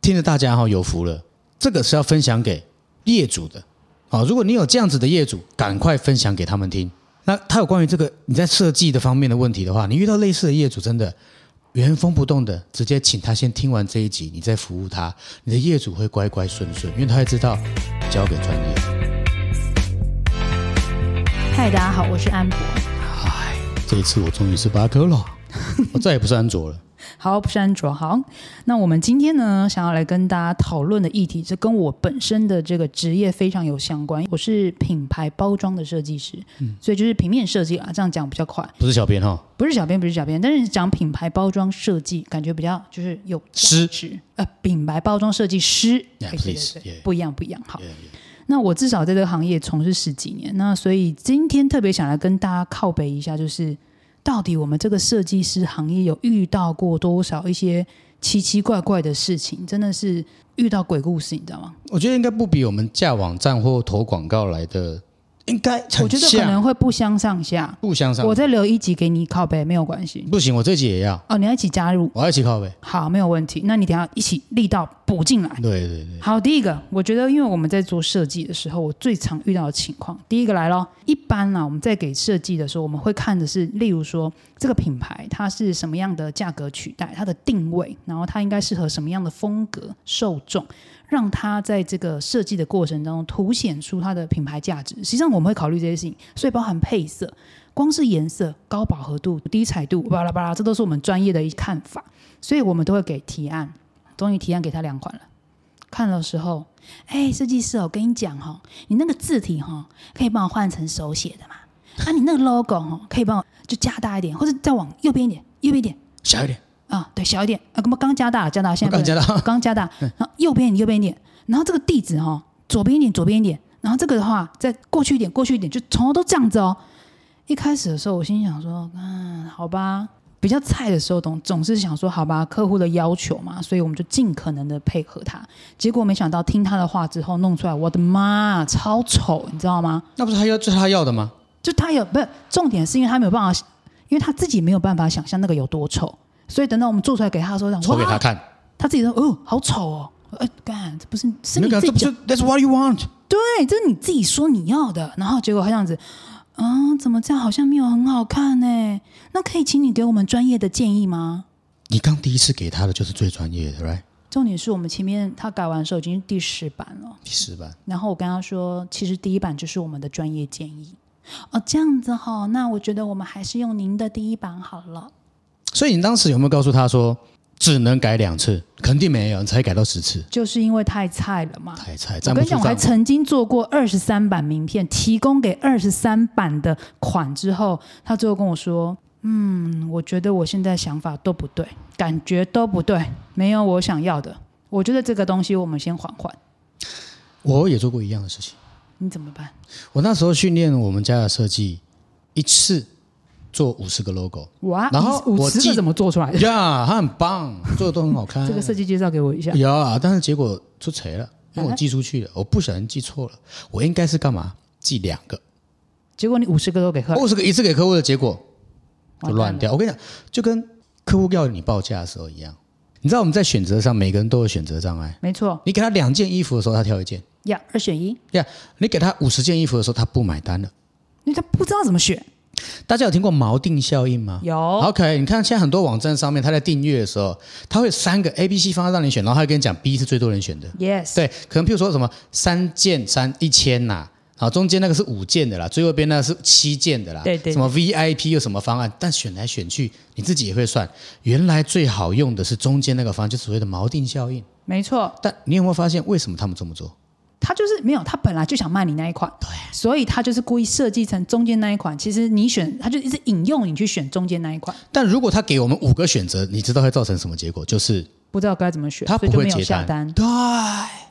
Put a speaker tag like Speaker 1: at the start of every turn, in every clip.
Speaker 1: 听着大家哈、有福了，这个是要分享给业主的。好，如果你有这样子的业主，赶快分享给他们听。那他有关于这个你在设计的方面的问题的话，你遇到类似的业主，真的原封不动的直接请他先听完这一集，你再服务他，你的业主会乖乖顺顺，因为他会知道交给专业。
Speaker 2: 嗨，大家好，我是安博。
Speaker 1: 唉，这一次我终于是八哥了，我再也不是安卓了。
Speaker 2: 好，不是安卓。好，那我们今天呢，想要来跟大家讨论的议题，这跟我本身的这个职业非常有相关。我是品牌包装的设计师，所以就是平面设计啊，这样讲比较快。
Speaker 1: 不是小编哈，
Speaker 2: 不是小编，不是小编，但是讲品牌包装设计，感觉比较就是有价
Speaker 1: 师
Speaker 2: 值呃，品牌包装设计师，
Speaker 1: Yeah,
Speaker 2: 哎对
Speaker 1: please,
Speaker 2: 对对
Speaker 1: yeah.
Speaker 2: 不一样，不一样。好
Speaker 1: Yeah, yeah.
Speaker 2: 那我至少在这个行业从事十几年，那所以今天特别想来跟大家靠北一下，就是到底我们这个设计师行业有遇到过多少一些奇奇怪怪的事情，真的是遇到鬼故事，你知道吗？
Speaker 1: 我觉得应该不比我们架网站或投广告来的，应该
Speaker 2: 我
Speaker 1: 很
Speaker 2: 觉得可
Speaker 1: 像，
Speaker 2: 能会不相上下。
Speaker 1: 不相上。
Speaker 2: 我再留一集给你靠北，没有关系。
Speaker 1: 不行，我这集也要，
Speaker 2: 哦，你要一起加入，
Speaker 1: 我要一起靠呗。
Speaker 2: 好，没有问题。那你等一下一起力道补进来。
Speaker 1: 对对对，
Speaker 2: 好，第一个，我觉得因为我们在做设计的时候，我最常遇到的情况，第一个来咯，一般呢、我们在给设计的时候，我们会看的是，例如说这个品牌它是什么样的价格取代，它的定位，然后它应该适合什么样的风格、受众，让它在这个设计的过程当中凸显出它的品牌价值。实际上我们会考虑这些事情，所以包含配色。光是颜色、高饱和度、低彩度，巴拉巴拉，这都是我们专业的一看法，所以我们都会给提案。终于提案给他两款了。看的时候，哎，设计师哦，我跟你讲哈、哦，你那个字体哈、哦，可以帮我换成手写的嘛？啊，你那个 logo 哦，可以帮我就加大一点，或者再往右边一点，右边一点
Speaker 1: 小一点，
Speaker 2: 啊，对，小一点啊，刚刚加大了，加大，现在
Speaker 1: 我刚加
Speaker 2: 大，刚加大，然后右边一点，右边一点，然后这个地址哈、哦，左边一点，左边一点，然后这个的话再过去一点，过去一点，就从头都这样子哦。一开始的时候，我心想说，嗯，好吧，比较菜的时候总总是想说，好吧，客户的要求嘛，所以我们就尽可能的配合他。结果没想到听他的话之后，弄出来，我的妈，超丑，你知道吗？
Speaker 1: 那不是他要，这是他要的吗？
Speaker 2: 就他有不是重点，是因为他没有办法，因为他自己没有办法想象那个有多丑，所以等到我们啊做出来给他的时候，
Speaker 1: 抽给
Speaker 2: 哇
Speaker 1: 他看，
Speaker 2: 他自己说：“哦，好丑哦！”哎，干，这不是是
Speaker 1: 那
Speaker 2: 你
Speaker 1: 个
Speaker 2: 自
Speaker 1: 这不
Speaker 2: 己讲
Speaker 1: 是 That's what you want。
Speaker 2: 对，这是你自己说你要的，然后结果他这样子，啊，怎么这样好像没有很好看呢？那可以请你给我们专业的建议吗？
Speaker 1: 你刚第一次给他的就是最专业的，right？
Speaker 2: 重点是我们前面他改完的时候已经是第十版了，
Speaker 1: 第十版，
Speaker 2: 然后我跟他说，其实第一版就是我们的专业建议。哦，这样子哈、那我觉得我们还是用您的第一版好了。
Speaker 1: 所以你当时有没有告诉他说只能改两次？肯定没有，你才改到十次，
Speaker 2: 就是因为太菜了嘛，
Speaker 1: 太菜，
Speaker 2: 我
Speaker 1: 站不
Speaker 2: 跟你
Speaker 1: 住
Speaker 2: 讲，我还
Speaker 1: 账。
Speaker 2: 曾经做过二十三版名片，提供给二十三版的款之后，他最后跟我说：“嗯，我觉得我现在想法都不对，感觉都不对，没有我想要的。我觉得这个东西我们先缓缓。
Speaker 1: 我也做过一样的事情。”
Speaker 2: 你怎么办？
Speaker 1: 我那时候训练我们家的设计，一次做五十个 logo，
Speaker 2: 哇，
Speaker 1: 然后
Speaker 2: 五
Speaker 1: 我
Speaker 2: 十
Speaker 1: 记
Speaker 2: 个怎么做出来的？
Speaker 1: 呀，他很棒，做的都很好看。
Speaker 2: 这个设计介绍给我一下。
Speaker 1: 呀，但是结果出锤
Speaker 2: 啊
Speaker 1: 了，因为我寄出去了，我不小心寄错了，我应该是干嘛？寄两个，
Speaker 2: 结果你五十个都给客人，
Speaker 1: 二十个一次给客户的结果就
Speaker 2: 完蛋
Speaker 1: 乱掉。我跟你讲，就跟客户要你报价的时候一样，你知道我们在选择上，每个人都有选择障碍。
Speaker 2: 没错
Speaker 1: 你给他两件衣服的时候，他挑一件；
Speaker 2: 呀，二选一，因
Speaker 1: 呀，你给他五十件衣服的时候，他不买单了。
Speaker 2: 为他不知道怎么选。
Speaker 1: 大家有听过锚定效应吗？
Speaker 2: 有
Speaker 1: OK，你看现在很多网站上面，他在订阅的时候，他会有三个 A、B、C 方案让你选，然后他会跟你讲 B 是最多人选的。
Speaker 2: ，yes，
Speaker 1: 对，可能譬如说什么三件三一千呐、啊，中间那个是五件的啦，最右边那个是七件的啦，
Speaker 2: 对对
Speaker 1: 什么 VIP 有什么方案，但选来选去你自己也会算，原来最好用的是中间那个方案，就所谓的锚定效应。
Speaker 2: 没错，
Speaker 1: 但你有没有发现为什么他们这么做？
Speaker 2: 他就是没有，他本来就想卖你那一款，
Speaker 1: 对，
Speaker 2: 所以他就是故意设计成中间那一款。其实你选，他就一直引诱你去选中间那一款，
Speaker 1: 但如果他给我们五个选择，你知道会造成什么结果？就是
Speaker 2: 不知道该怎么选，
Speaker 1: 他
Speaker 2: 所以
Speaker 1: 不
Speaker 2: 就
Speaker 1: 会
Speaker 2: 没有
Speaker 1: 接
Speaker 2: 下
Speaker 1: 单
Speaker 2: 单，
Speaker 1: 对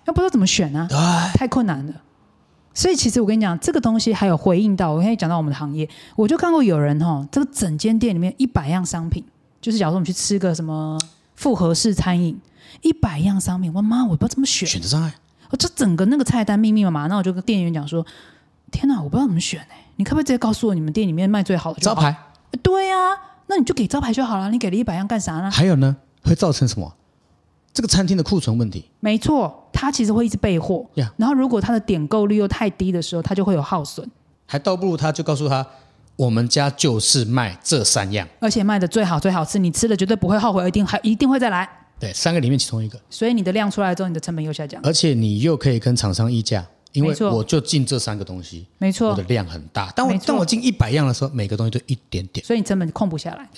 Speaker 2: 他不知道怎么选啊，
Speaker 1: 对，
Speaker 2: 太困难了。所以其实我跟你讲，这个东西还有回应到，我可以讲到我们的行业，我就看过有人哈、这个整间店里面一百样商品，就是假如说我们去吃个什么复合式餐饮，一百样商品，我妈我不知道怎么选，
Speaker 1: 选择障碍。
Speaker 2: 我哦这整个那个菜单密密麻麻，那我就跟店员讲说：“天哪，我不知道怎么选哎、你可不可以直接告诉我你们店里面卖最好的就
Speaker 1: 招
Speaker 2: 啊好？”
Speaker 1: 牌
Speaker 2: 呃对呀、那你就给招牌就好了，你给了一百样干啥呢？
Speaker 1: 还有呢，会造成什么？这个餐厅的库存问题。
Speaker 2: 没错，它其实会一直备货。
Speaker 1: Yeah
Speaker 2: 然后如果它的点购率又太低的时候，它就会有耗损，
Speaker 1: 还倒不如他就告诉他，我们家就是卖这三样，
Speaker 2: 而且卖的最好最好吃，你吃了绝对不会后悔，一定还一定会再来。
Speaker 1: 对，三个里面其中一个，
Speaker 2: 所以你的量出来之后，你的成本又下降。
Speaker 1: 而且你又可以跟厂商议价，因为
Speaker 2: 没错
Speaker 1: 我就进这三个东西，
Speaker 2: 没
Speaker 1: 我
Speaker 2: 错
Speaker 1: 的，量很大。当我
Speaker 2: 没错
Speaker 1: 当我进一百样的时候，每个东西都一点点。
Speaker 2: 所以你成本控不下来。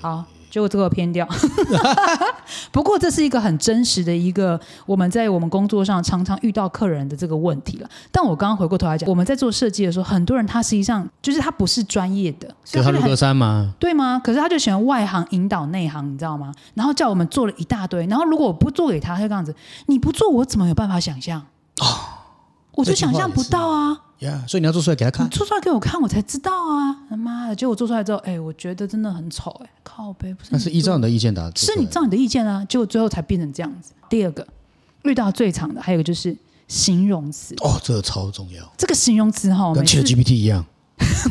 Speaker 2: 好，结果这个偏掉。 不过这是一个很真实的一个我们在我们工作上常常遇到客人的这个问题了。但我刚刚回过头来讲，我们在做设计的时候，很多人他实际上就是他不是专业的，
Speaker 1: 就
Speaker 2: 所以
Speaker 1: 他
Speaker 2: 就
Speaker 1: 入
Speaker 2: 很
Speaker 1: 格山嘛，
Speaker 2: 对吗？可是他就喜欢外行引导内行，你知道吗？然后叫我们做了一大堆，然后如果我不做给他，他就这样子，你不做我怎么有办法想象？我就想象不到啊！
Speaker 1: 呀、所以你要做出来给他
Speaker 2: 你
Speaker 1: 看。
Speaker 2: 做出来给我看，我才知道啊！他妈的，结果做出来之后，哎，我觉得真的很丑，哎，靠背不是
Speaker 1: 那
Speaker 2: 你
Speaker 1: 是依照你的意见打出
Speaker 2: 是
Speaker 1: 来
Speaker 2: 你照你的意见啊，结果最后才变成这样子。第二个，遇到最长的还有一个就是形容词，
Speaker 1: 哦，这个超重要，
Speaker 2: 这个形容词哈，每
Speaker 1: 跟
Speaker 2: 次
Speaker 1: Chat
Speaker 2: 就
Speaker 1: GPT 一样，
Speaker 2: 是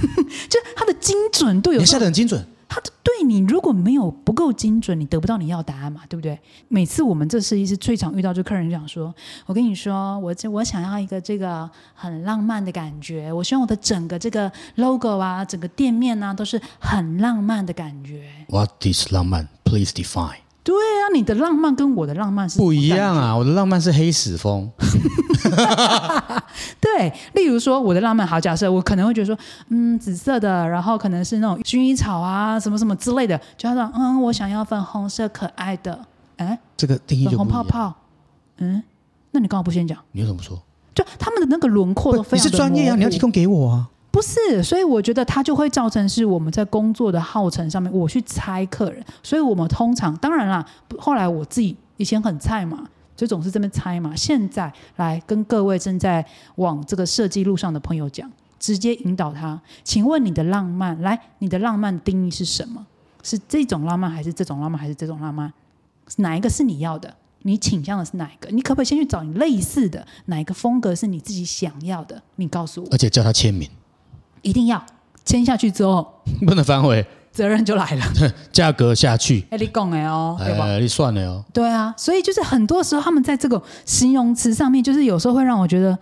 Speaker 2: 它的精准度有
Speaker 1: 你
Speaker 2: 时
Speaker 1: 下
Speaker 2: 候，
Speaker 1: 得很精准。
Speaker 2: 它的对你如果没有不够精准，你得不到你要答案嘛，对不对？每次我们这设计师最常遇到，就客人讲说，我跟你说，我这我想要一个这个很浪漫的感觉，我希望我的整个这个 logo 啊，整个店面啊，都是很浪漫的感觉。
Speaker 1: What is 浪漫？Please define。
Speaker 2: 对啊，你的浪漫跟我的浪漫是什么
Speaker 1: 不一
Speaker 2: 感觉
Speaker 1: 样啊，我的浪漫是黑死风。
Speaker 2: 对，例如说我的浪漫好，假设我可能会觉得说，嗯，紫色的，然后可能是那种薰衣草啊，什么什么之类的，就他说，嗯，我想要粉红色可爱的，哎，
Speaker 1: 这个定义
Speaker 2: 粉
Speaker 1: 就不一
Speaker 2: 红泡
Speaker 1: 样。
Speaker 2: 泡，嗯，那你干嘛不先讲？
Speaker 1: 你为什么不说？
Speaker 2: 就他们的那个轮廓都
Speaker 1: 不
Speaker 2: 非
Speaker 1: 你
Speaker 2: 常
Speaker 1: 是
Speaker 2: 地
Speaker 1: 专业啊，
Speaker 2: 模
Speaker 1: 你要
Speaker 2: 糊
Speaker 1: 提供给我啊。
Speaker 2: 不是，所以我觉得它就会造成是我们在工作的耗程上面，我去猜客人，所以我们通常当然啦，不后来我自己以前很菜嘛，就总是这么猜嘛。现在来跟各位正在往这个设计路上的朋友讲，直接引导他，请问你的浪漫，来，你的浪漫定义是什么？是这种浪漫，还是这种浪漫，还是这种浪漫？哪一个是你要的？你倾向的是哪一个？你可不可以先去找你类似的哪一个风格是你自己想要的？你告诉我。
Speaker 1: 而且叫他签名，
Speaker 2: 一定要签下去之后，
Speaker 1: 不能反悔，
Speaker 2: 责任就来了。
Speaker 1: 价格下去，
Speaker 2: 哎，你讲的哦，对吧？
Speaker 1: 哎，你算了哦。
Speaker 2: 对啊，所以就是很多时候他们在这个形容词上面，就是有时候会让我觉得，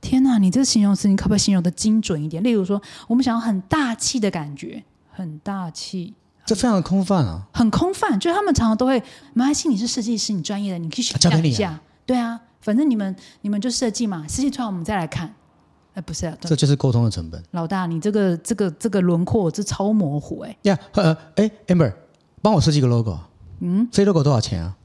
Speaker 2: 天哪，你这形容词你可不可以形容的精准一点？例如说，我们想要很大气的感觉，很大气。
Speaker 1: 这非常的空泛啊。
Speaker 2: 很空泛，就是他们常常都会，没关系，你是设计师，你专业的，你去想
Speaker 1: 啊交给
Speaker 2: 象一
Speaker 1: 你啊
Speaker 2: 下，对啊，反正你们你们就设计嘛，设计出来我们再来看。哎，不是、啊，
Speaker 1: 这就是沟通的成本
Speaker 2: 老大，你这个这个这个轮廓这超模糊哎、
Speaker 1: 呀。呃，哎，amber，帮我设计个 logo。嗯，这 logo 多少钱啊？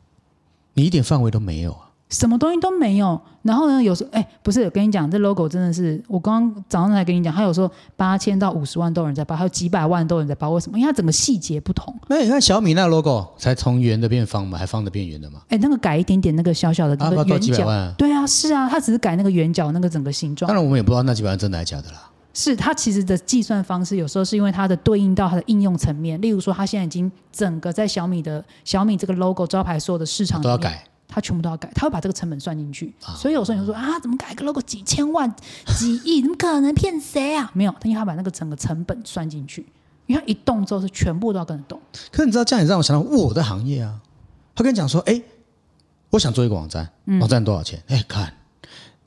Speaker 1: 你一点范围都没有啊。
Speaker 2: 什么东西都没有。然后呢，有时候哎，不是，我跟你讲，这 logo 真的是，我刚刚早上才跟你讲，它有时候八千到五十万都有人在包，还有几百万都有人在包，为什么？因为它整个细节不同。
Speaker 1: 那你看小米那 logo 才从圆的变方嘛，还方的变圆的嘛。
Speaker 2: 哎，那个改一点点那个小小的
Speaker 1: 啊不
Speaker 2: 那个
Speaker 1: 要
Speaker 2: 呃圆
Speaker 1: 几百
Speaker 2: 角，
Speaker 1: 万啊
Speaker 2: 对啊，是啊，它只是改那个圆角那个整个形状
Speaker 1: 当。然我们也不知道那几百万真的还是假的啦。
Speaker 2: 是它其实的计算方式，有时候是因为它的对应到它的应用层面，例如说，它现在已经整个在小米的小米这个 logo 招牌所有的市场
Speaker 1: 啊都要
Speaker 2: 里面
Speaker 1: 改。
Speaker 2: 他全部都要改，他会把这个成本算进去。所以有时候你会说啊，怎么改个 logo 几千万、几亿，怎么可能骗谁啊？没有，因为他把那个整个成本算进去，因为他一动之后是全部都要跟着动。
Speaker 1: 可是你知道这样也让我想到我的行业啊。他跟你讲说，哎，我想做一个网站，
Speaker 2: 嗯
Speaker 1: 网站多少钱？哎，看，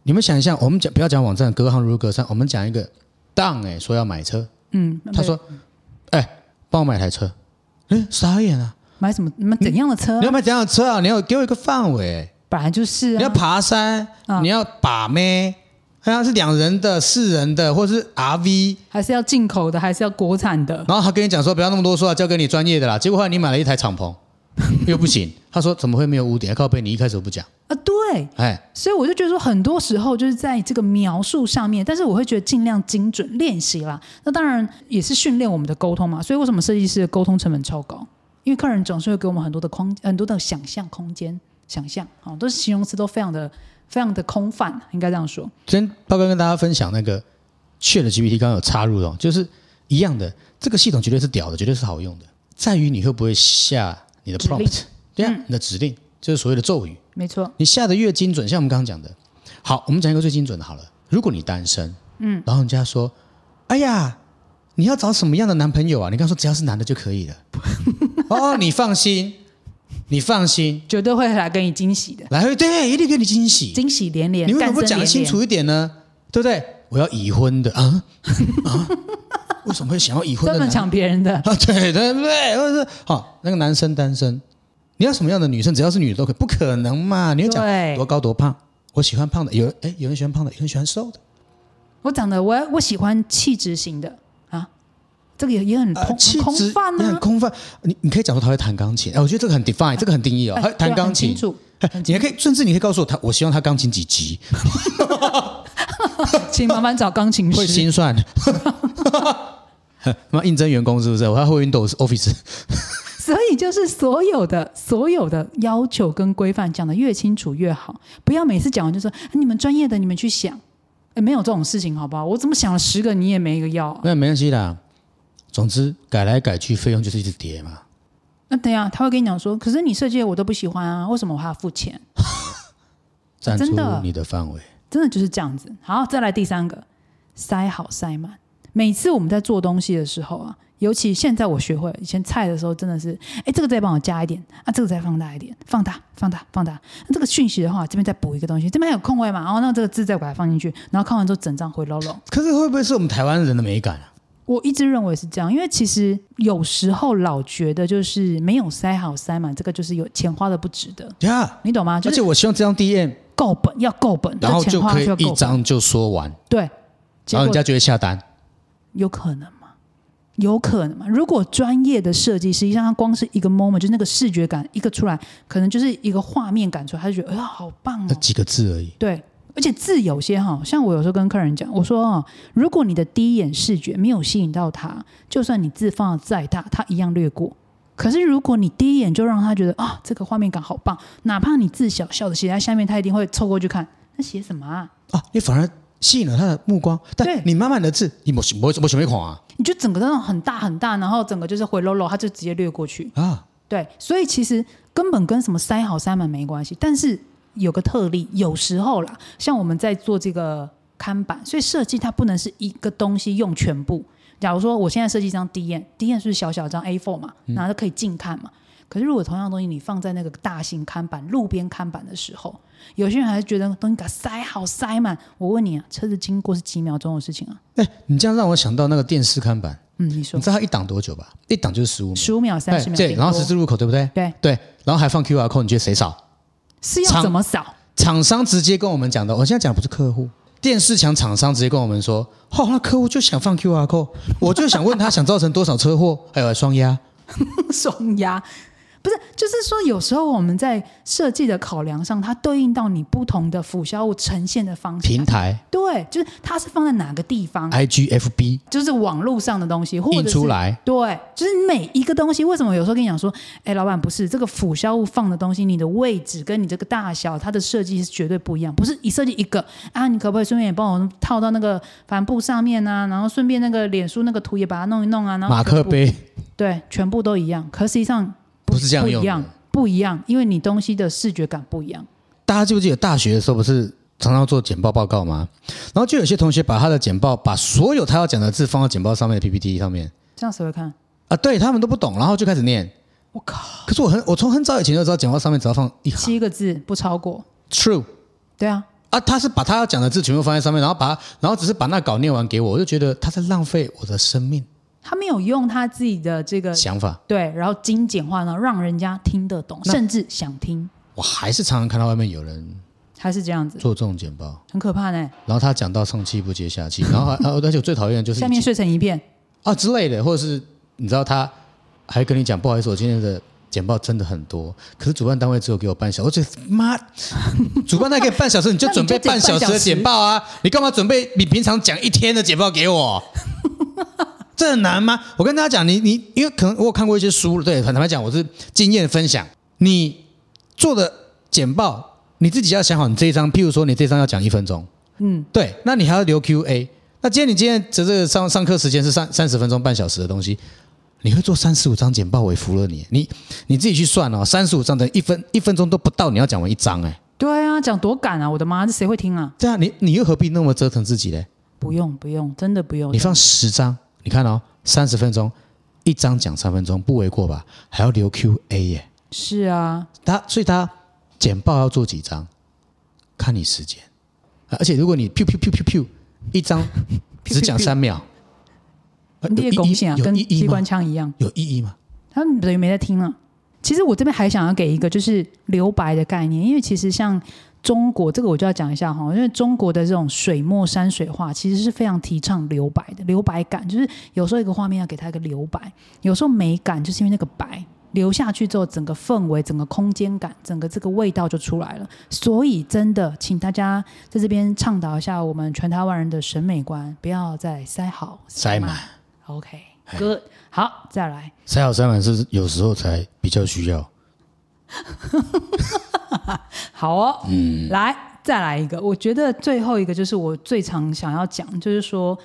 Speaker 1: 你们想一下，我们讲不要讲网站，隔行如隔山，我们讲一个当哎说要买车，
Speaker 2: 嗯，
Speaker 1: 他说，哎，帮我买台车。哎，傻眼啊！
Speaker 2: 买什么？你们怎样的车
Speaker 1: 你？要买怎样的车啊？你要给我一个范围，
Speaker 2: 本来嗯就是
Speaker 1: 你要
Speaker 2: 啊，
Speaker 1: 爬山，你要把妹，好像是两人的、四人的，或者是 RV。
Speaker 2: 还是要进口的，还是要国产的？
Speaker 1: 然后他跟你讲说不要那么多说啊，交给你专业的啦。结果后来你买了一台敞篷，又不行。他说怎么会没有污点？靠背，你一开始不讲，
Speaker 2: 啊，对，
Speaker 1: 哎，
Speaker 2: 所以我就觉得说，很多时候就是在这个描述上面，但是我会觉得尽量精准练习啦。那当然也是训练我们的沟通嘛。所以为什么设计师的沟通成本超高？因为客人总是会给我们很多的空，很多的想象空间，想象啊、哦，都是形容词都非常的非常的空泛，应该这样说。
Speaker 1: 今天报告跟大家分享那个 Chat GPT 刚刚有插入的哦，就是一样的，这个系统绝对是屌的，绝对是好用的，在于你会不会下你的
Speaker 2: 指令嗯
Speaker 1: prompt，对啊，你的指令就是所谓的咒语。
Speaker 2: 没错，
Speaker 1: 你下的越精准，像我们刚刚讲的，好，我们讲一个最精准的好了。如果你单身，嗯，然后人家说，哎呀，你 要找什么样的男朋友啊？你刚说只要是男的就可以了。哦，你放心，你放心，
Speaker 2: 绝对会来给你惊喜的，
Speaker 1: 来回对，一定给你惊喜。
Speaker 2: 惊喜连连，
Speaker 1: 你为什么不
Speaker 2: 干
Speaker 1: 讲得
Speaker 2: 声连
Speaker 1: 清
Speaker 2: 连
Speaker 1: 楚一点呢？对不对？我要已婚的啊 啊！为什么会想要已婚
Speaker 2: 专
Speaker 1: 的
Speaker 2: 门
Speaker 1: 男？
Speaker 2: 抢别人的，
Speaker 1: 啊，对对对，或者是好，那个男生单身，你要什么样的女生？只要是女的都可以，不可能嘛？你要讲
Speaker 2: 对
Speaker 1: 多高多胖，我喜欢胖的，有人哎，有人喜欢胖的，有人喜欢瘦的，
Speaker 2: 我长得我我喜欢气质型的啊，这个也也很
Speaker 1: 啊
Speaker 2: 嗯空
Speaker 1: 气
Speaker 2: 空
Speaker 1: 质
Speaker 2: 泛
Speaker 1: 你很
Speaker 2: 啊，
Speaker 1: 空泛。你你可以讲说他会弹钢琴，哎，我觉得这个很 define，这个很定义哦，
Speaker 2: 哎
Speaker 1: 他
Speaker 2: 对啊
Speaker 1: 弹钢
Speaker 2: 很
Speaker 1: 琴哎
Speaker 2: 清，楚，
Speaker 1: 你还可以，甚至你可以告诉我他，我希望他钢琴几 级，
Speaker 2: 请麻烦找钢琴
Speaker 1: 会
Speaker 2: 师。
Speaker 1: 心 算。妈，应征员工是不是？我还会 Windows Office。
Speaker 2: 所以就是所有的所有的要求跟规范讲得越清楚越好，不要每次讲完就说啊你们专业的你们去想，哎没有这种事情好不好？我怎么想了十个你也没一个要啊？
Speaker 1: 那没关系啦，总之改来改去，费用就是一直叠
Speaker 2: 啊
Speaker 1: 嘛。
Speaker 2: 那等一下他会跟你讲说，可是你设计的我都不喜欢啊，为什么我还要付钱？
Speaker 1: 站出
Speaker 2: 真的
Speaker 1: 你的范围，
Speaker 2: 真的就是这样子。好，再来第三个，塞好塞满。每次我们在做东西的时候啊，尤其现在我学会了，以前菜的时候真的是，哎，这个再帮我加一点啊，这个再放大一点，放大，放大，放大。那这个讯息的话，这边再补一个东西，这边还有空位嘛，然、哦后那这个字再把它放进去，然后看完之后整张回漏漏。
Speaker 1: 可是会不会是我们台湾人的美感啊？
Speaker 2: 我一直认为是这样，因为其实有时候老觉得就是没有塞好塞满，这个就是有钱花的不值得，
Speaker 1: 呀、
Speaker 2: 你懂吗？就
Speaker 1: 而且
Speaker 2: 是
Speaker 1: 我希望啊这张 DM，
Speaker 2: 够本要够本，
Speaker 1: 然后
Speaker 2: 这
Speaker 1: 就
Speaker 2: 钱花
Speaker 1: 可
Speaker 2: 需
Speaker 1: 以
Speaker 2: 要够
Speaker 1: 一
Speaker 2: 本
Speaker 1: 张就说完，
Speaker 2: 对，结
Speaker 1: 然后
Speaker 2: 果
Speaker 1: 人家就会下单。
Speaker 2: 有可能吗？有可能吗？如果专业的设计，实际上它光是一个 moment，就是那个视觉感一个出来，可能就是一个画面感出来，他就觉得哎呀好 棒
Speaker 1: 那
Speaker 2: 哦。
Speaker 1: 几个字而已，
Speaker 2: 对，而且字有些哈，像我有时候跟客人讲，我说啊、如果你的第一眼视觉没有吸引到他，就算你字放的再大，他一样略过。可是如果你第一眼就让他觉得啊这个画面感好棒，哪怕你字小小的写在下面，他一定会凑过去看，那写什么啊？
Speaker 1: 啊，你反而吸引了他的目光，但
Speaker 2: 对
Speaker 1: 你满满的字，你没没没什么狂啊
Speaker 2: 你就整个那种很大很大，然后整个就是回漏漏，他就直接略过去。
Speaker 1: 啊！
Speaker 2: 对，所以其实根本跟什么塞好塞满没关系，但是有个特例，有时候啦，像我们在做这个看板，所以设计它不能是一个东西用全部。假如说我现在设计一张 D N D N 是小小张 A4 嘛，
Speaker 1: 嗯
Speaker 2: 然后它可以近看嘛。可是如果同样的东西你放在那个大型看板、路边看板的时候，有些人还是觉得东西给它塞好塞满。我问你啊，车子经过是几秒钟的事情啊？
Speaker 1: 哎，你这样让我想到那个电视看板，
Speaker 2: 嗯，你
Speaker 1: 你
Speaker 2: 说
Speaker 1: 知道它一档多久吧？一档就是十五秒，
Speaker 2: 十五秒、三
Speaker 1: 哎
Speaker 2: 十秒顶
Speaker 1: 对，
Speaker 2: 多，
Speaker 1: 然后十字路口对不对？
Speaker 2: 对
Speaker 1: 对，然后还放 QR code，你觉得谁少？
Speaker 2: 是要
Speaker 1: 长
Speaker 2: 怎么扫？
Speaker 1: 厂商直接跟我们讲的，我现在讲的不是客户，电视墙厂商直接跟我们说，哦，那客户就想放 QR code，我就想问他想造成多少车祸，还有双压，
Speaker 2: 双压。不是，就是说，有时候我们在设计的考量上，它对应到你不同的辅销物呈现的方式。
Speaker 1: 平台、
Speaker 2: 对，就是它是放在哪个地方，
Speaker 1: IGFB
Speaker 2: 就是网络上的东西，或者
Speaker 1: 印
Speaker 2: 是
Speaker 1: 出。来，
Speaker 2: 对，就是每一个东西，为什么有时候跟你讲说，哎，老板不是这个辅销物放的东西，你的位置跟你这个大小，它的设计是绝对不一样，不是一设计一个啊，你可不可以顺便也帮我套到那个帆布上面啊，然后顺便那个脸书那个图也把它弄一弄啊，然后
Speaker 1: 马克
Speaker 2: 全部
Speaker 1: 杯
Speaker 2: 对，全部都一样，可实际上
Speaker 1: 不是这样
Speaker 2: 不
Speaker 1: 用
Speaker 2: 一样
Speaker 1: 的。，
Speaker 2: 不一样，因为你东西的视觉感不一样。
Speaker 1: 大家记不记得大学的时候不是常常做简报报告吗？然后就有些同学把他的简报，把所有他要讲的字放到简报上面的 PPT 上面
Speaker 2: 这样谁会看？
Speaker 1: 啊，对他们都不懂，然后就开始念。
Speaker 2: 我靠，
Speaker 1: 可是我很，我从很早以前就知道简报上面只要放一行
Speaker 2: 七个字不超过。
Speaker 1: true。
Speaker 2: 对啊，
Speaker 1: 啊，他是把他要讲的字全部放在上面，然后把，然后只是把那稿念完给我，我就觉得他在浪费我的生命
Speaker 2: 他没有用他自己的这个
Speaker 1: 想法。
Speaker 2: 对，然后精简化呢，让人家听得懂，
Speaker 1: 那
Speaker 2: 甚至想听，
Speaker 1: 我还是常常看到外面有人
Speaker 2: 还是这样子，
Speaker 1: 做这种简报，
Speaker 2: 很可怕呢。
Speaker 1: 然后他讲到上气不接下气，然后还，啊而且我最讨厌的就是
Speaker 2: 下面睡成一片，
Speaker 1: 啊之类的，或者是你知道他还跟你讲不好意思，我今天的简报真的很多，可是主办单位只有给我半小时，我觉得妈，主办单位给半小时，你 就准备半小时的简报啊，你干嘛准备比平常讲一天的简报给我？ 这很难吗？我跟大家讲，你你因为可能我有看过一些书，对，坦白讲，我是经验分享。你做的简报，你自己要想好，你这一张，譬如说你这一张要讲一分钟，
Speaker 2: 嗯，
Speaker 1: 对，那你还要留 Q&A。那今天你今天这这个上上课时间是三三十分钟半小时的东西，你会做三十五张简报，我也服了你。你你自己去算哦，三十五张等于一分一分钟都不到，你要讲完一张哎、
Speaker 2: 对啊，讲多赶啊，我的妈，这谁会听啊？
Speaker 1: 对啊，你你又何必那么折腾自己嘞？
Speaker 2: 不用不用，真的不用
Speaker 1: 你。放十张，你看哦，三十分钟，一张讲三分钟不为过吧？还要留 Q&A 耶、
Speaker 2: 是啊，
Speaker 1: 他所以他简报要做几张，看你时间，啊而且如果你 p 噗 p 噗 p 一 张只讲三秒，啊
Speaker 2: 你
Speaker 1: 有
Speaker 2: 也
Speaker 1: 意
Speaker 2: 拱
Speaker 1: 义
Speaker 2: 想
Speaker 1: 有
Speaker 2: 跟
Speaker 1: 意义
Speaker 2: 机
Speaker 1: 吗
Speaker 2: 关？枪一样，
Speaker 1: 有意义吗？
Speaker 2: 他们等于没在听了。其实我这边还想要给一个就是留白的概念，因为其实像中国这个我就要讲一下哈，因为中国的这种水墨山水画其实是非常提倡留白的，留白感就是有时候一个画面要啊给它一个留白，有时候美感就是因为那个白留下去之后，整个氛围、整个空间感、整个这个味道就出来了。所以真的，请大家在这边倡导一下我们全台湾人的审美观，不要再塞好
Speaker 1: 塞满。
Speaker 2: OK，good，好，再来。
Speaker 1: 塞好塞满是有时候才比较需要。
Speaker 2: 好哦，嗯，来再来一个，我觉得最后一个就是我最常想要讲，就是说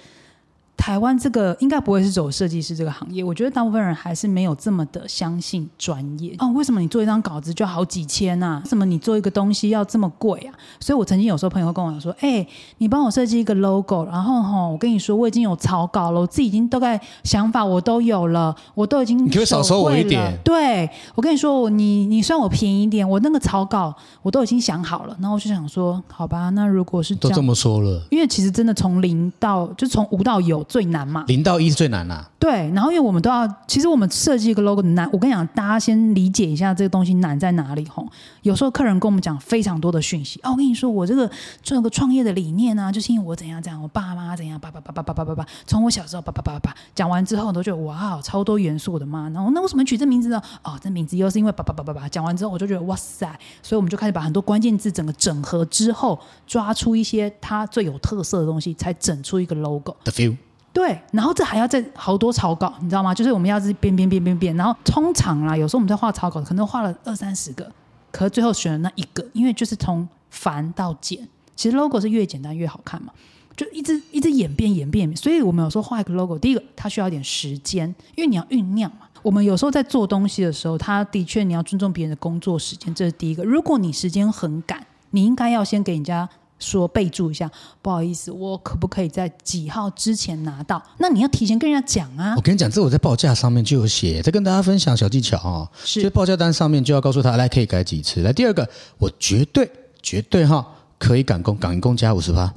Speaker 2: 台湾这个应该不会是走设计师这个行业，我觉得大部分人还是没有这么的相信专业哦。为什么你做一张稿子就好几千啊？为什么你做一个东西要这么贵啊？所以我曾经有时候朋友会跟我讲说，哎、你帮我设计一个 logo，然后吼，我跟你说我已经有草稿了，我自己已经大概想法我都有了，我都已经
Speaker 1: 你可不可以少收我
Speaker 2: 手绘
Speaker 1: 一
Speaker 2: 了
Speaker 1: 点
Speaker 2: 对我跟你说，我你你算我便宜一点，我那个草稿我都已经想好了，然后我就想说，好吧，那如果是
Speaker 1: 都
Speaker 2: 这
Speaker 1: 这
Speaker 2: 样，
Speaker 1: 么说了，
Speaker 2: 因为其实真的从零到就从无到有最难嘛，
Speaker 1: 零到一是最难啦、
Speaker 2: 对，然后因为我们都要，其实我们设计一个 logo 的难，我跟你讲，大家先理解一下这个东西难在哪里吼。有时候客人跟我们讲非常多的讯息，哦，我跟你说，我这个这个创业的理念啊，就是因为我怎样怎样，我爸妈怎样，叭叭叭叭叭叭叭叭，从我小时候叭叭叭叭叭，讲完之后我都觉得哇，超多元素我的妈，然后那为什么取这名字呢？哦，这名字又是因为叭叭叭叭叭，讲完之后我就觉得哇塞，所以我们就开始把很多关键字整个整合之后，抓出一些它最有特色的东西，才整出一个 logo。
Speaker 1: The few
Speaker 2: 对，然后这还要再好多草稿，你知道吗？就是我们要是编编编编编，然后通常啦，有时候我们在画草稿，可能画了二三十个，可是最后选了那一个，因为就是从繁到简，其实 logo 是越简单越好看嘛，就一直一直演变演变演变。所以我们有时候画一个 logo，第一个它需要一点时间，因为你要酝酿嘛。我们有时候在做东西的时候，它的确你要尊重别人的工作时间，这是第一个。如果你时间很赶，你应该要先给人家说备注一下，不好意思，我可不可以在几号之前拿到？那你要提前跟人家讲啊
Speaker 1: 我，跟你讲，这我在报价上面就有写，再跟大家分享小技巧哦。就是
Speaker 2: 是
Speaker 1: 报价单上面就要告诉他，来可以改几次。来，第二个，我绝对绝对哈可以赶工，赶工加五十 趴。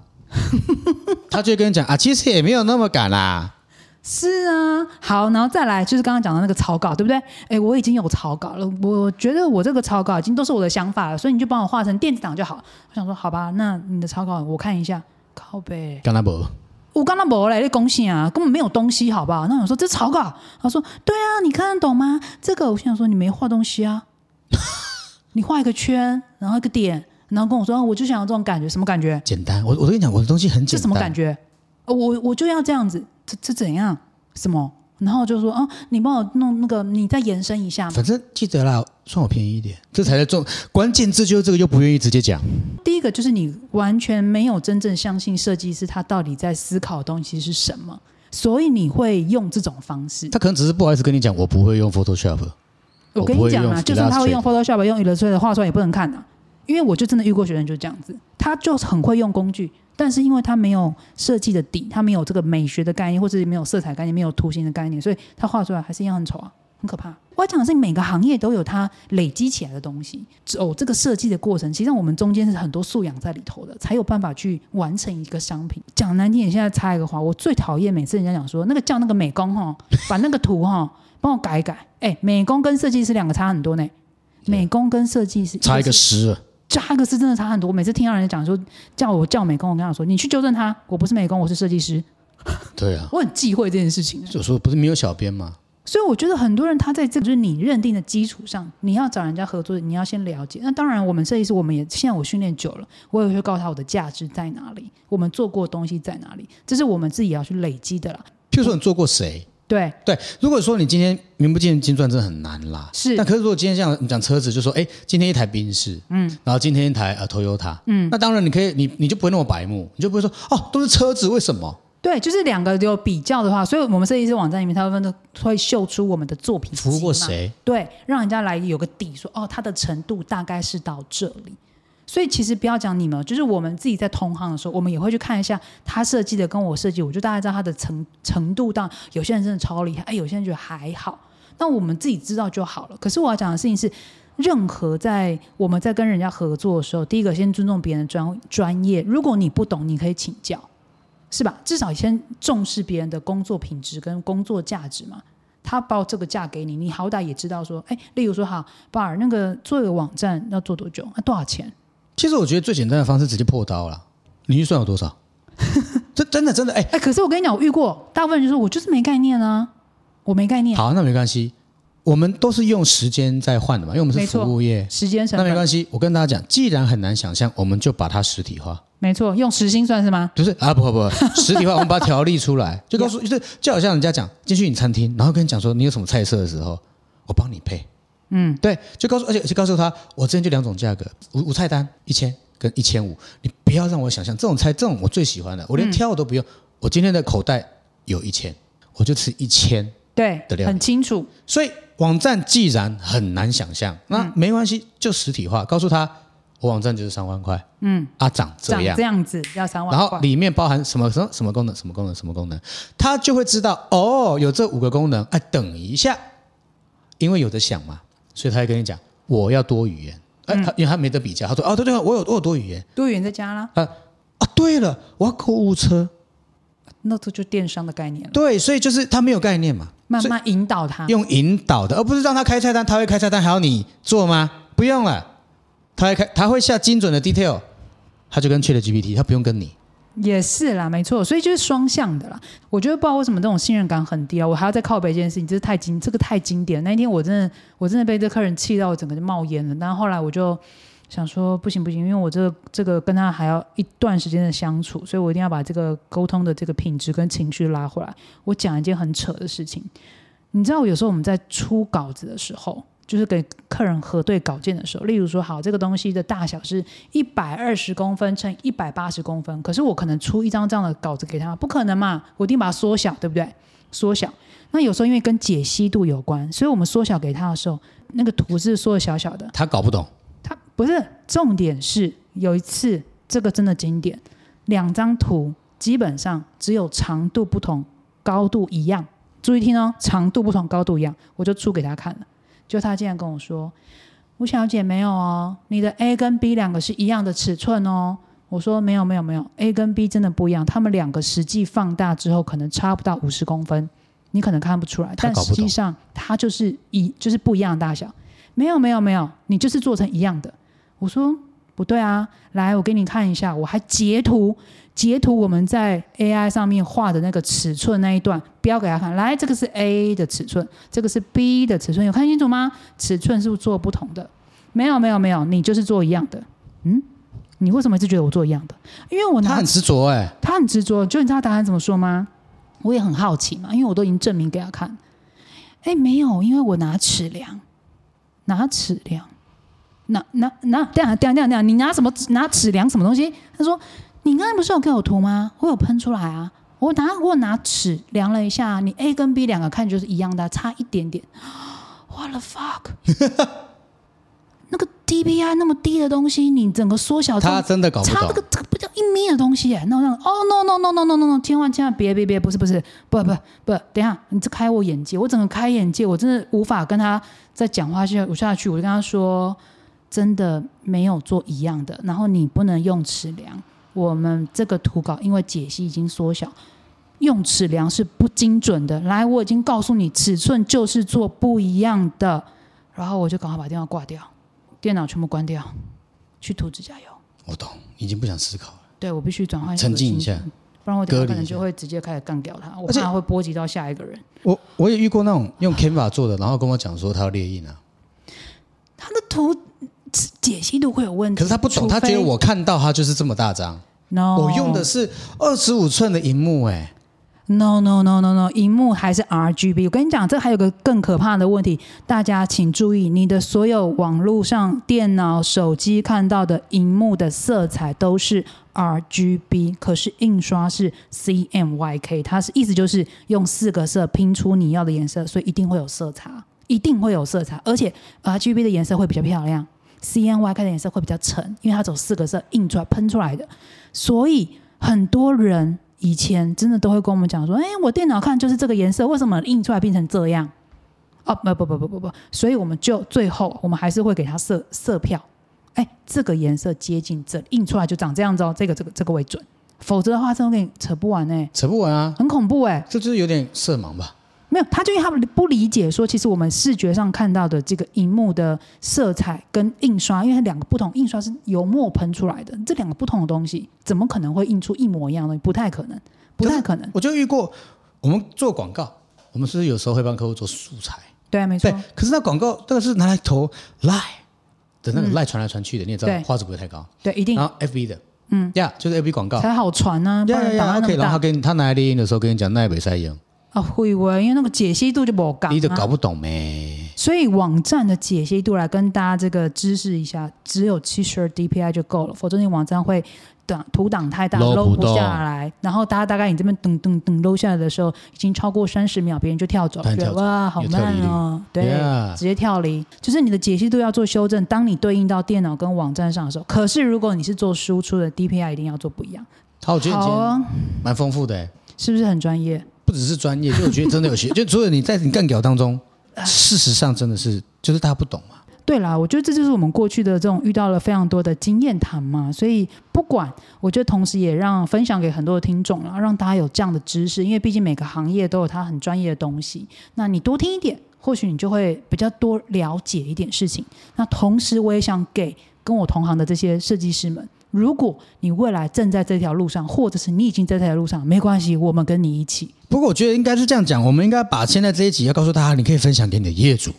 Speaker 1: 他就会跟你讲啊，其实也没有那么赶啦、
Speaker 2: 是啊，好，然后再来就是刚刚讲的那个草稿，对不对？哎，我已经有草稿了，我觉得我这个草稿已经都是我的想法了，所以你就帮我画成电子档就好。我想说，好吧，那你的草稿我看一下，靠背。
Speaker 1: 干他不？
Speaker 2: 我刚刚没嘞，你恭喜啊，根本没有东西，好不好？那我说这草稿，他说对啊，你看得懂吗？这个我心想说你没画东西啊， 你画一个圈，然后一个点，然后跟我说、哦我就想要这种感觉，什么感觉？
Speaker 1: 简单。我我跟你讲，我的东西很简
Speaker 2: 这
Speaker 1: 单。
Speaker 2: 什么感觉？呃我我就要这样子，这这怎样？什么？然后就说啊，你帮我弄那个，你再延伸一下嘛。
Speaker 1: 反正记得啦，算我便宜一点，这才是重关键字，就是这个又不愿意直接讲。
Speaker 2: 第一个就是你完全没有真正相信设计师他到底在思考的东西是什么，所以你会用这种方式。
Speaker 1: 他可能只是不好意思跟你讲，我不会用 Photoshop。
Speaker 2: 我
Speaker 1: 我不
Speaker 2: 跟你
Speaker 1: 会
Speaker 2: 讲
Speaker 1: 用
Speaker 2: 啊，就算他会用 Photoshop、用 Illustrator 画出来也不能看啊，因为我就真的遇过学生就这样子，他就是很会用工具，但是因为他没有设计的底，他没有这个美学的概念，或者是没有色彩概念、没有图形的概念，所以他画出来还是一样很丑啊，很可怕。我要讲的是，每个行业都有它累积起来的东西，走哦这个设计的过程，其实我们中间是很多素养在里头的，才有办法去完成一个商品。讲难听点，现在插一个话，我最讨厌每次人家讲说那个叫那个美工哈，把那个图哈帮我改一改。哎、美工跟设计师两个差很多呢。美工跟设计师
Speaker 1: 差一个
Speaker 2: 是
Speaker 1: 十了，
Speaker 2: 差一个是真的差很多。我每次听到人家讲说叫我叫美工，我跟他说你去纠正他，我不是美工，我是设计师，
Speaker 1: 对啊，
Speaker 2: 我很忌讳这件事情。啊
Speaker 1: 就说不是没有小编吗？
Speaker 2: 所以我觉得很多人他在这个就是你认定的基础上，你要找人家合作，你要先了解。那当然，我们设计师我们也现在我训练久了，我也会告诉他我的价值在哪里，我们做过的东西在哪里，这是我们自己要去累积的啦。
Speaker 1: 譬如说你做过谁？
Speaker 2: 对，
Speaker 1: 对，如果说你今天名不见经传，真的很难啦。
Speaker 2: 是
Speaker 1: 但可是如果今天像你讲车子，就说哎，今天一台宾士，嗯，然后今天一台呃 Toyota，嗯，那当然你可以，你你就不会那么白目，你就不会说哦都是车子，为什么？
Speaker 2: 对，就是两个有比较的话，所以我们设计师网站里面，他们都会秀出我们的作品集
Speaker 1: 服务过
Speaker 2: 嘛
Speaker 1: 谁？
Speaker 2: 对，让人家来有个底说哦，它的程度大概是到这里。所以其实不要讲你们，哦就是我们自己在同行的时候，我们也会去看一下他设计的跟我设计，我就大概知道他的程程度到。有些人真的超厉害，哎，有些人觉得还好。那我们自己知道就好了。可是我要讲的事情是，任何在我们在跟人家合作的时候，第一个先尊重别人的专专业。如果你不懂，你可以请教，是吧？至少先重视别人的工作品质跟工作价值嘛。他报这个价给你，你好歹也知道说，哎，例如说哈，巴尔那个做一个网站要做多久？那、多少钱？
Speaker 1: 其实我觉得最简单的方式直接破刀了，你预算有多 少？这真的真的哎、
Speaker 2: 哎，可是我跟你讲，我遇过，大部分人就说我就是没概念啊，我没概念，
Speaker 1: 好，那没关系，我们都是用时间在换的嘛，因为我们是
Speaker 2: 没错
Speaker 1: 服务业，
Speaker 2: 时间成
Speaker 1: 那没
Speaker 2: 本，
Speaker 1: 关系。我跟大家讲，既然很难想象，我们就把它实体化，
Speaker 2: 没错，用时薪算是吗？
Speaker 1: 不是啊，不不不， 实体化，我们把它条例出 来，就告诉，就是就好像人家讲进去你餐厅，然后跟你讲说你有什么菜色的时候，我帮你配，嗯，对，就告诉，而且就告诉他，我之前就两种价格，无无菜单一千跟一千五，你不要让我想象这种菜，这种我最喜欢的，我连挑我都不用，我今天的口袋有一千，我就吃一千，
Speaker 2: 对
Speaker 1: 的，量
Speaker 2: 很清楚，
Speaker 1: 所以网站既然很难想象，那没关系，就实体化，告诉他我网站就是三万块，嗯，啊长这
Speaker 2: 长
Speaker 1: 样
Speaker 2: 这，样子要三
Speaker 1: 然
Speaker 2: 万
Speaker 1: 后
Speaker 2: 块，
Speaker 1: 里面包含什么什么什么功能，什么功能，什么功能，他就会知道哦，有这五个功能，哎、等一下，因为有的想嘛，所以他会跟你讲我要多语言，哎、
Speaker 2: 嗯
Speaker 1: 他因为他没得比较，他说哦对对，我有我有多语言
Speaker 2: 多元再加啦，
Speaker 1: 啊，对了，我要购物车，
Speaker 2: 那这就电商的概念了，
Speaker 1: 对，所以就是他没有概念嘛，
Speaker 2: 慢啊慢引导他。
Speaker 1: 用引导的，而不是让他开菜单，他会开菜单还要你做吗？不用了，他会开，他会下精准的 detail，他就跟 Chat GPT，他不用跟你。
Speaker 2: 也是啦，没错，所以就是双向的啦。我觉得不知道为什么这种信任感很低啊，我还要再靠北一件事情，这是太经，这个太经典。那一天我真的，我真的被这客人气到，我整个就冒烟了。但后来我就想说，不行不行，因为我这个这个跟他还要一段时间的相处，所以我一定要把这个沟通的这个品质跟情绪拉回来。我讲一件很扯的事情，你知道，有时候我们在出稿子的时候。就是给客人核对稿件的时候，例如说，好，这个东西的大小是一百二十公分乘一百八十公分，可是我可能出一张这样的稿子给他，不可能嘛，我一定把它缩小，对不对？缩小。那有时候因为跟解析度有关，所以我们缩小给他的时候，那个图是缩的小小的。
Speaker 1: 他搞不懂，
Speaker 2: 他不是重点是有一次这个真的经典，两张图基本上只有长度不同，高度一样。注意听哦，长度不同，高度一样，我就出给他看了。就他竟然跟我说：“吴小姐没有哦，你的 A 跟 B 两个是一样的尺寸哦。”我说：“没有，没有，没有，A 跟 B 真的不一样，他们两个实际放大之后可能差不到五十公分，你可能看不出来，
Speaker 1: 他
Speaker 2: 但
Speaker 1: 搞不
Speaker 2: 实
Speaker 1: 懂
Speaker 2: 际上它就是一就是不一样的大小。没有，没有，没有，你就是做成一样的。”我说：“不对啊，来，我给你看一下，我还截图截图我们在 AI 上面画的那个尺寸那一段标给他看，来，这个是 A 的尺寸，这个是 B 的尺寸，有看清楚吗？尺寸是不是做不同的？没有，没有，没有，你就是做一样的。嗯，你为什么是觉得我做一样的？因为我
Speaker 1: 他
Speaker 2: 拿
Speaker 1: 很执着哎、
Speaker 2: 他很执着，就你知道答案怎么说吗？我也很好奇嘛，因为我都已经证明给他看。哎，没有，因为我拿尺量，拿尺量，拿拿拿，这样这样这样这样，你拿什么拿尺量什么东西？他说你刚才不是有给我图吗？我有喷出来啊，我拿我拿尺量了一下，你 A 跟 B 两个看就是一样的，差一点 点。What the fuck？那个 DPI 那么低的东西，你整个缩小成
Speaker 1: 他真的搞不
Speaker 2: 差
Speaker 1: 懂
Speaker 2: 这。个这个不叫一米的东西耶，那我让哦 no no no no no no no，千万千万别别别，不是不是，不不不，等一下你这开我眼界，我整个开眼界，我真的无法跟他再讲话下下去，我就跟他说，真的没有做一样的，然后你不能用尺量，我们这个图稿因为解析已经缩小。用尺量是不精准的，来，我已经告诉你，尺寸就是做不一样的。然后我就赶快把电话挂掉，电脑全部关掉，去涂指甲油。
Speaker 1: 我懂，已经不想思考了，
Speaker 2: 对我必须转换一个
Speaker 1: 沉浸一
Speaker 2: 心
Speaker 1: 下
Speaker 2: 情，。不然我等
Speaker 1: 隔离
Speaker 2: 下可
Speaker 1: 一
Speaker 2: 能
Speaker 1: 下
Speaker 2: 就会直接开始干掉他，我
Speaker 1: 而且
Speaker 2: 怕会波及到下一个人。
Speaker 1: 我我也遇过那种用 Canva 做的，然后跟我讲说他要列印啊，
Speaker 2: 他的图解析度会有问题，
Speaker 1: 可是他不懂，
Speaker 2: 嗯除
Speaker 1: 他觉得
Speaker 2: 非哦
Speaker 1: 我看到他就是这么大张，
Speaker 2: no，
Speaker 1: 我用的是二十五寸的荧幕哎、
Speaker 2: no no no no no，荧幕还是 RGB。我跟你讲，这还有个更可怕的问题，大家请注意，你的所有网络上、电脑、手机看到的荧幕的色彩都是 RGB，可是印刷是 CMYK，它是意思就是用四个色拼出你要的颜色，所以一定会有色差，一定会有色差，而且 RGB 的颜色会比较漂亮。CNYK 的颜色会比较沉，因为它走四个色印出来喷出来的，所以很多人以前真的都会跟我们讲说：“哎，我电脑看就是这个颜色，为什么印出来变成这样？”啊，不不不不不不，所以我们就最后我们还是会给他色色票，哎，这个颜色接近这，印出来就长这样子哦，这个这个这个为准，否则的话真的给你扯不完哎、
Speaker 1: 扯不完啊，
Speaker 2: 很恐怖哎、
Speaker 1: 这就是有点色盲吧？
Speaker 2: 没有，他就因为他不理解说，其实我们视觉上看到的这个荧幕的色彩跟印刷，因为它两个不同，印刷是油墨喷出来的，这两个不同的东西，怎么可能会印出一模一样的东西？不太可能，不太可能。
Speaker 1: 我就遇过，我们做广告，我们是不是有时候会帮客户做素材？
Speaker 2: 对啊，没错
Speaker 1: 对，，可是那广告这个是拿来投 Lie 的那个 Lie 传来传去的，你也知道
Speaker 2: 嗯对
Speaker 1: 画质不会太高，
Speaker 2: 对，一定
Speaker 1: 然后 FB 的，嗯，呀，就是 FB 广告，
Speaker 2: 才好传呢、不
Speaker 1: 呀呀
Speaker 2: 然档
Speaker 1: 呀
Speaker 2: 案那
Speaker 1: ，OK，
Speaker 2: 么
Speaker 1: 然后他
Speaker 2: 大
Speaker 1: 跟他拿来猎鹰的时候跟你讲那也没塞用，
Speaker 2: 啊，会为因为那个解析度就不高、
Speaker 1: 你就
Speaker 2: 啊，
Speaker 1: 搞不懂咩？
Speaker 2: 所以网站的解析度来跟大家这个知识一下，只有七十二 DPI 就够了，否则你网站会挡图挡太大，
Speaker 1: 搂不
Speaker 2: 搂不
Speaker 1: 动
Speaker 2: 下来。然后大家大概你这边等等等搂下来的时候，已经超过三十秒，别人就跳走
Speaker 1: 当
Speaker 2: 了，
Speaker 1: 然
Speaker 2: 觉得
Speaker 1: 跳走
Speaker 2: 哇好
Speaker 1: 有跳
Speaker 2: 慢
Speaker 1: 离率
Speaker 2: 哦，对
Speaker 1: Yeah
Speaker 2: 直接跳离。就是你的解析度要做修正，当你对应到电脑跟网站上的时候，可是如果你是做输出的 DPI，一定要做不一样。
Speaker 1: 好，我觉得你
Speaker 2: 好
Speaker 1: 今天
Speaker 2: 哦，
Speaker 1: 蛮丰富的、欸，
Speaker 2: 是不是很专业？
Speaker 1: 不只是专业，就我觉得真的有学， 就除了你在你干屌当中，
Speaker 2: 呃
Speaker 1: 事实上真的是就是大家不懂嘛，
Speaker 2: 对啦，我觉得这就是我们过去的这种遇到了非常多的经验谈嘛，所以不管，我觉得同时也让分享给很多的听众啦，让大家有这样的知识，因为毕竟每个行业都有它很专业的东西，那你多听一点，或许你就会比较多了解一点事情。那同时，我也想给跟我同行的这些设计师们，如果你未来正在这条路上，或者是你已经在这条路上，没关系，我们跟你一起。
Speaker 1: 不过我觉得应该是这样讲，我们应该把现在这一集要告诉大家，你可以分享给你的业主，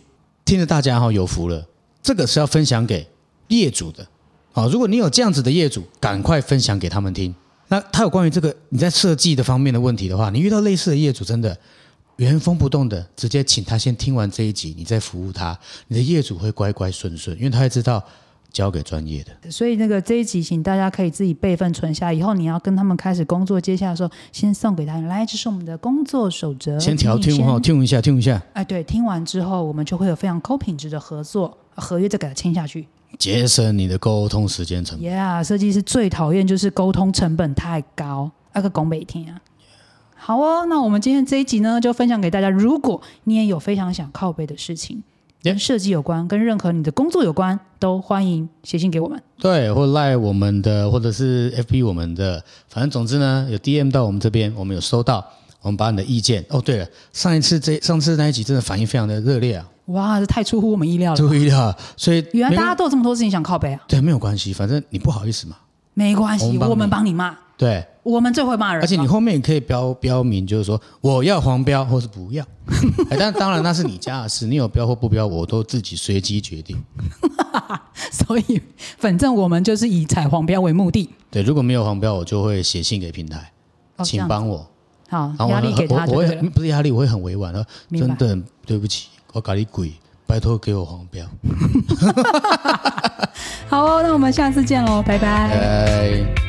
Speaker 1: 听着大家哈、有福了。这个是要分享给业主的，好、如果你有这样子的业主，赶快分享给他们听。那他有关于这个你在设计的方面的问题的话，你遇到类似的业主，真的原封不动的直接请他先听完这一集，你再服务他，你的业主会乖乖顺顺，因为他会知道交给专业的。
Speaker 2: 所以那个这一集，请大家可以自己备份存下，以后你要跟他们开始工作接下来的时候，先送给他们。来，这是我们的工作守则，
Speaker 1: 先调
Speaker 2: 请你
Speaker 1: 听哈，
Speaker 2: 嗯先。
Speaker 1: 听一下，听一下，
Speaker 2: 哎，对，听完之后，我们就会有非常高品质的合作合约，再给他签下去。
Speaker 1: 节省你的沟通时间成本。
Speaker 2: Yeah，设计师最讨厌就是沟通成本太高，那个拱北天啊。好哦，那我们今天这一集呢，就分享给大家。如果你也有非常想靠背的事情，跟设计有关，跟任何你的工作有关，都欢迎写信给我们。
Speaker 1: 对，或赖我们的，或者是 FB 我们的，反正总之呢，有 DM 到我们这边，我们有收到，我们把你的意见。哦，对了，上一次这上次那一集真的反应非常的热烈啊，
Speaker 2: 哇，这太出乎我们意料了。
Speaker 1: 注意了，所以
Speaker 2: 原来
Speaker 1: 没
Speaker 2: 大家都有这么多事情想靠背啊。
Speaker 1: 对没有关系，反正你不好意思嘛，
Speaker 2: 没关
Speaker 1: 我们
Speaker 2: 系，
Speaker 1: 帮你
Speaker 2: 我们帮你骂，
Speaker 1: 对，
Speaker 2: 我们最会骂人了。
Speaker 1: 而且你后面也可以标标明，就是说我要黄标或是 不要，哎，但当然那是你家的事，你有标或不标，我都自己随机决定。
Speaker 2: 所以反正我们就是以踩黄标为目的。
Speaker 1: 对，如果没有黄标，我就会写信给平台，
Speaker 2: 哦这
Speaker 1: 请
Speaker 2: 样
Speaker 1: 帮我。
Speaker 2: 好
Speaker 1: 然，后
Speaker 2: 压力给他
Speaker 1: 啊我
Speaker 2: 就
Speaker 1: 我
Speaker 2: 对
Speaker 1: 会
Speaker 2: 了。
Speaker 1: 不是压力，我会很委婉的，
Speaker 2: 明
Speaker 1: 真
Speaker 2: 白
Speaker 1: 的很对不起，我搞你鬼，拜托给我黄标。
Speaker 2: 好哦，那我们下次见喽，拜拜
Speaker 1: 哎。